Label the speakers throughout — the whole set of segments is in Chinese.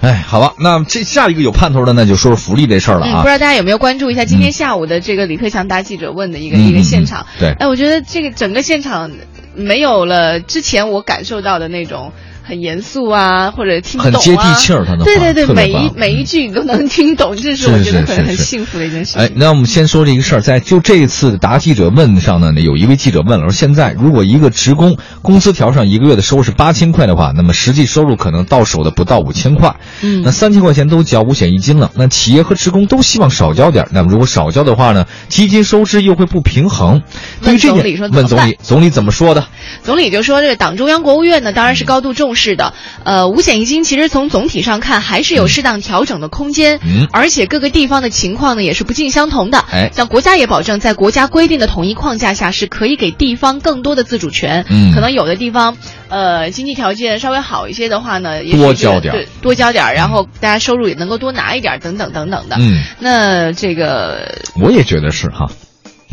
Speaker 1: 哎，好吧，那这下一个有盼头的呢，就说说福利这事儿了
Speaker 2: 嗯，
Speaker 1: 啊
Speaker 2: 不知。道大家有没有关注一下今天下午的这个李克强答记者问的一个、
Speaker 1: 嗯
Speaker 2: 一个现场？
Speaker 1: 对
Speaker 2: 哎，我觉得这个整个现场没有了之前我感受到的那种很严肃啊，或者听不
Speaker 1: 很
Speaker 2: 懂啊，
Speaker 1: 接地气儿他的话
Speaker 2: 对对对，
Speaker 1: 特别
Speaker 2: 每一
Speaker 1: 棒嗯
Speaker 2: 每一句你都能听懂，这是我
Speaker 1: 是
Speaker 2: 觉得
Speaker 1: 是
Speaker 2: 很
Speaker 1: 是
Speaker 2: 很
Speaker 1: 是
Speaker 2: 幸福的一件事情。
Speaker 1: 哎，那我们先说这个事儿，在就这一次答记者问上呢，有一位记者问了说，现在如果一个职工工资条上一个月的收入是八千块的话，那么实际收入可能到手的不到五千块，
Speaker 2: 嗯
Speaker 1: 那三千块钱都交五险一金了，那企业和职工都希望少交点儿，那么如果少交的话呢，基金收支又会不平衡。对于这
Speaker 2: 问总理说
Speaker 1: 点，
Speaker 2: 怎么
Speaker 1: 问总
Speaker 2: 办
Speaker 1: 理，总理怎么说的？
Speaker 2: 总理就说，这个党中央、国务院呢，当然是高度重视的。呃，五险一金其实从总体上看还是有适当调整的空间，
Speaker 1: 嗯
Speaker 2: 而且各个地方的情况呢也是不尽相同的。
Speaker 1: 哎
Speaker 2: 像国家也保证，在国家规定的统一框架下，是可以给地方更多的自主权。
Speaker 1: 嗯
Speaker 2: 可能有的地方，呃，经济条件稍微好一些的话呢，也许
Speaker 1: 多
Speaker 2: 这个
Speaker 1: 交点儿
Speaker 2: 对，多交点儿，然后大家收入也能够多拿一点儿，等等等等的。
Speaker 1: 嗯，
Speaker 2: 那这个
Speaker 1: 我也觉得是哈。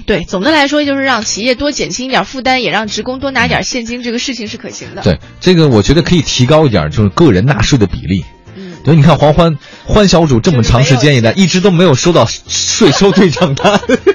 Speaker 2: 对，总的来说就是让企业多减轻一点负担，也让职工多拿点现金，这个事情是可行的。
Speaker 1: 对，这个我觉得可以提高一点儿，就是个人纳税的比例。
Speaker 2: 嗯，
Speaker 1: 所以你看黄欢欢小主这么长时间以来，
Speaker 2: 就是没
Speaker 1: 一直都没有收到税收对账单，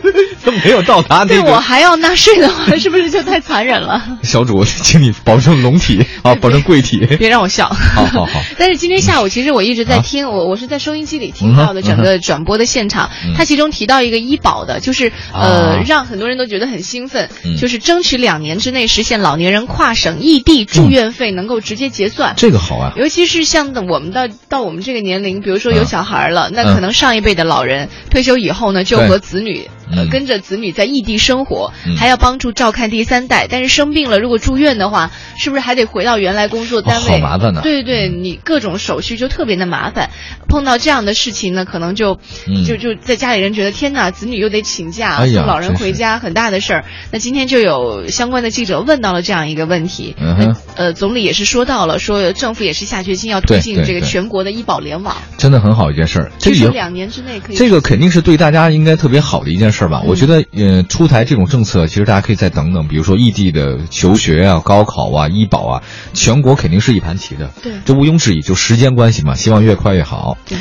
Speaker 1: 都没有到达那
Speaker 2: 对我
Speaker 1: 个。
Speaker 2: 还要纳税的话，是不是就太残忍了？
Speaker 1: 小主，请你保证龙 体啊，保证贵体。
Speaker 2: 别让我笑。
Speaker 1: 好好好。
Speaker 2: 但是今天下午，其实我一直在
Speaker 1: 啊
Speaker 2: 听，我我是在收音机里听到的
Speaker 1: 嗯哼
Speaker 2: 整个转播的现场
Speaker 1: 嗯。
Speaker 2: 它其中提到一个医保的，就是
Speaker 1: 啊
Speaker 2: 呃，让很多人都觉得很兴奋
Speaker 1: 嗯，
Speaker 2: 就是争取两年之内实现老年人跨省异地住院费能够直接结算。
Speaker 1: 这个好啊，
Speaker 2: 尤其是像我们到到我们这个年龄，比如说有
Speaker 1: 嗯
Speaker 2: 小孩了，那
Speaker 1: 嗯
Speaker 2: 可能上一辈的老人退休以后呢，就
Speaker 1: 对
Speaker 2: 和子女、呃
Speaker 1: 嗯
Speaker 2: 跟着子女在异地生活，
Speaker 1: 嗯
Speaker 2: 还要帮助照看第三代。但是生病了，如果住院的话，是不是还得回到原来工作单位？
Speaker 1: 哦好麻烦呐
Speaker 2: 对对，你各种手续就特别的麻烦。碰到这样的事情呢，可能就、
Speaker 1: 嗯
Speaker 2: 就就在家里人觉得天哪，子女又得请假、
Speaker 1: 哎呀
Speaker 2: 送老人
Speaker 1: 真是
Speaker 2: 回家，很大的事儿。那今天就有相关的记者问到了这样一个问题，
Speaker 1: 嗯哼
Speaker 2: 那呃，总理也是说到了，说政府也是下决心要推
Speaker 1: 对
Speaker 2: 进
Speaker 1: 对
Speaker 2: 这个
Speaker 1: 对
Speaker 2: 全国的医保联网，
Speaker 1: 真的很好一件事儿。这
Speaker 2: 据
Speaker 1: 个
Speaker 2: 说
Speaker 1: 也
Speaker 2: 两年之内可以嗯
Speaker 1: 这个肯定是对大家应该特别好的一件事儿吧？我觉得，呃，出台这种政策，其实大家可以再等等，比如说异地的求学啊、高考啊、医保啊，全国肯定是一盘棋的，
Speaker 2: 对
Speaker 1: 这毋庸置疑。就时间关系嘛，希望越快越好。
Speaker 2: 对